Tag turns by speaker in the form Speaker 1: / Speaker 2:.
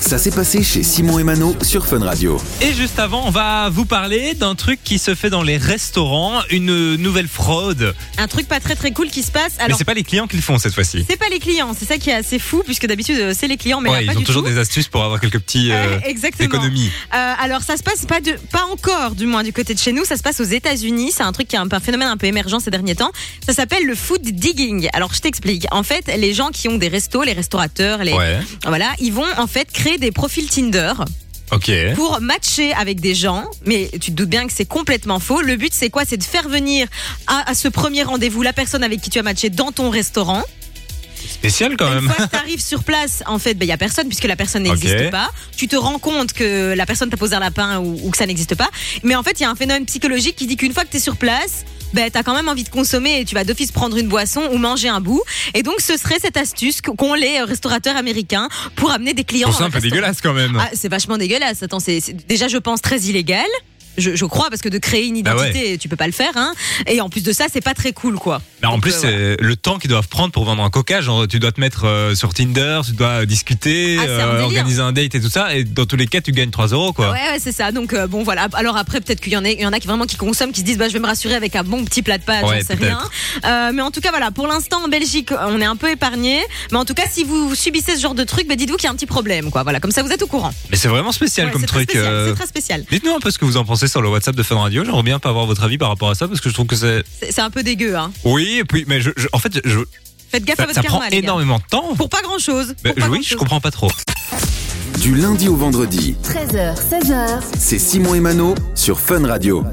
Speaker 1: Ça s'est passé chez Simon et Mano sur Fun Radio.
Speaker 2: Et juste avant, on va vous parler d'un truc qui se fait dans les restaurants, une nouvelle fraude.
Speaker 3: Un truc pas très très cool qui se passe.
Speaker 2: Mais
Speaker 3: Alors,
Speaker 2: c'est pas les clients qui le font cette fois-ci.
Speaker 3: c'est pas les clients, c'est ça qui est assez fou, puisque d'habitude euh, c'est les clients, mais là,
Speaker 2: Ouais,
Speaker 3: pas
Speaker 2: ils ont
Speaker 3: du
Speaker 2: toujours
Speaker 3: tout.
Speaker 2: des astuces pour avoir quelques petits euh,
Speaker 3: Euh, Exactement.
Speaker 2: économies.
Speaker 3: Euh, alors ça se passe pas de pas encore du moins du côté de chez nous, ça se passe aux États-Unis, c'est un truc qui est un, peu- un phénomène un peu émergent ces derniers temps. Ça s'appelle le food digging. Alors je t'explique. En fait, les gens qui ont des restos, les restaurateurs, les
Speaker 2: Ouais.
Speaker 3: voilà, ils vont en fait créer des profils Tinder
Speaker 2: Ok.
Speaker 3: pour matcher avec des gens, mais tu te doutes bien que c'est complètement faux. Le but c'est quoi C'est de faire venir à, à ce premier rendez-vous la personne avec qui tu as matché dans ton restaurant.
Speaker 2: Spécial quand
Speaker 3: Une
Speaker 2: même.
Speaker 3: fois que tu arrives sur place, en fait, il ben, n'y a personne puisque la personne n'existe
Speaker 2: Ok.
Speaker 3: pas. Tu te rends compte que la personne t'a posé un lapin ou, ou que ça n'existe pas. Mais en fait, il y a un phénomène psychologique qui dit qu'une fois que tu es sur place, ben, tu as quand même envie de consommer et tu vas d'office prendre une boisson ou manger un bout. Et donc, ce serait cette astuce que- qu'ont les euh, restaurateurs américains pour amener des clients.
Speaker 2: Pour ça,
Speaker 3: dans
Speaker 2: un
Speaker 3: le
Speaker 2: peu
Speaker 3: restaurant.
Speaker 2: dégueulasse hein. quand même.
Speaker 3: Ah, c'est vachement dégueulasse. Attends, c'est c'est déjà, je pense, très illégal. Je, je crois parce que de créer une
Speaker 2: Bah ouais.
Speaker 3: identité, tu peux pas le faire. Hein. Et en plus de ça, c'est pas très cool, quoi.
Speaker 2: Mais en
Speaker 3: Donc,
Speaker 2: plus,
Speaker 3: euh,
Speaker 2: c'est le temps qu'ils doivent prendre pour vendre un coca, genre tu dois te mettre euh, sur Tinder, tu dois discuter, euh,
Speaker 3: Ah, c'est un délire.
Speaker 2: organiser un date et tout ça, et dans tous les cas, tu gagnes 3 euros quoi.
Speaker 3: Ouais, ouais, c'est ça. Donc euh, bon, voilà. Alors après, peut-être qu'il y en a, il y en a qui vraiment qui consomment, qui se disent, bah, je vais me rassurer avec un bon petit plat de pâtes,
Speaker 2: Ouais,
Speaker 3: j'en sais rien.
Speaker 2: peut-être.
Speaker 3: Euh, mais en tout cas, voilà. Pour l'instant, en Belgique, on est un peu épargné. Mais en tout cas, si vous subissez ce genre de truc, bah, dites-vous qu'il y a un petit problème, quoi. Voilà. Comme ça, vous êtes au courant.
Speaker 2: Mais c'est vraiment spécial
Speaker 3: Ouais,
Speaker 2: comme
Speaker 3: c'est très
Speaker 2: truc.
Speaker 3: spécial,
Speaker 2: euh,
Speaker 3: C'est très spécial.
Speaker 2: Dites-nous un peu ce que vous en pensez sur le WhatsApp de Fun Radio. J'aimerais bien pas avoir votre avis par rapport à ça parce que je trouve que c'est.
Speaker 3: C'est c'est un peu dégueu, hein.
Speaker 2: Oui, et puis, mais je, je- en fait, je,
Speaker 3: Faites gaffe à
Speaker 2: ça,
Speaker 3: votre
Speaker 2: ça
Speaker 3: karma,
Speaker 2: prend
Speaker 3: les gars.
Speaker 2: énormément de temps.
Speaker 3: Pour pas grand chose.
Speaker 2: Ben, oui, je comprends pas trop.
Speaker 1: Du lundi au vendredi,
Speaker 4: 13h, 16h,
Speaker 1: c'est Simon et Mano sur Fun Radio.